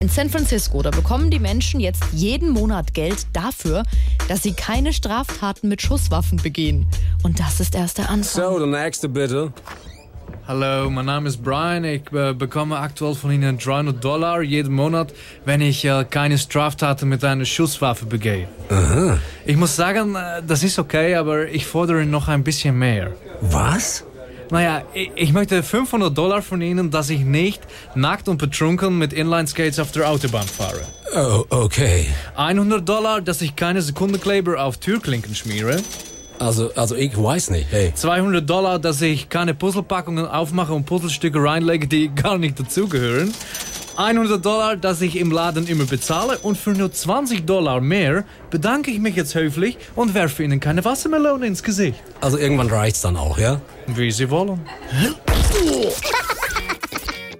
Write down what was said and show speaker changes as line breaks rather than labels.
in San Francisco, da bekommen die Menschen jetzt jeden Monat Geld dafür, dass sie keine Straftaten mit Schusswaffen begehen. Und das ist erst der Anfang.
Zo, de nächste bitte.
Hallo, mein Name ist Brian. Ich äh, bekomme aktuell von Ihnen 300 Dollar jeden Monat, wenn ich äh, keine Straftaten mit einer Schusswaffe begehe. Ich muss sagen, äh, das ist okay, aber ich fordere noch ein bisschen mehr.
Was?
Naja, ich, ich möchte 500 Dollar von Ihnen, dass ich nicht nackt und betrunken mit Inlineskates auf der Autobahn fahre.
Oh, okay.
100 Dollar, dass ich keine Sekundenkleber auf Türklinken schmiere.
Also, also ich weiß nicht. Hey.
200 Dollar, dass ich keine Puzzlepackungen aufmache und Puzzlestücke reinlege, die gar nicht dazugehören. 100 Dollar, dass ich im Laden immer bezahle und für nur 20 Dollar mehr bedanke ich mich jetzt höflich und werfe Ihnen keine Wassermelone ins Gesicht.
Also irgendwann reicht's dann auch, ja?
Wie Sie wollen.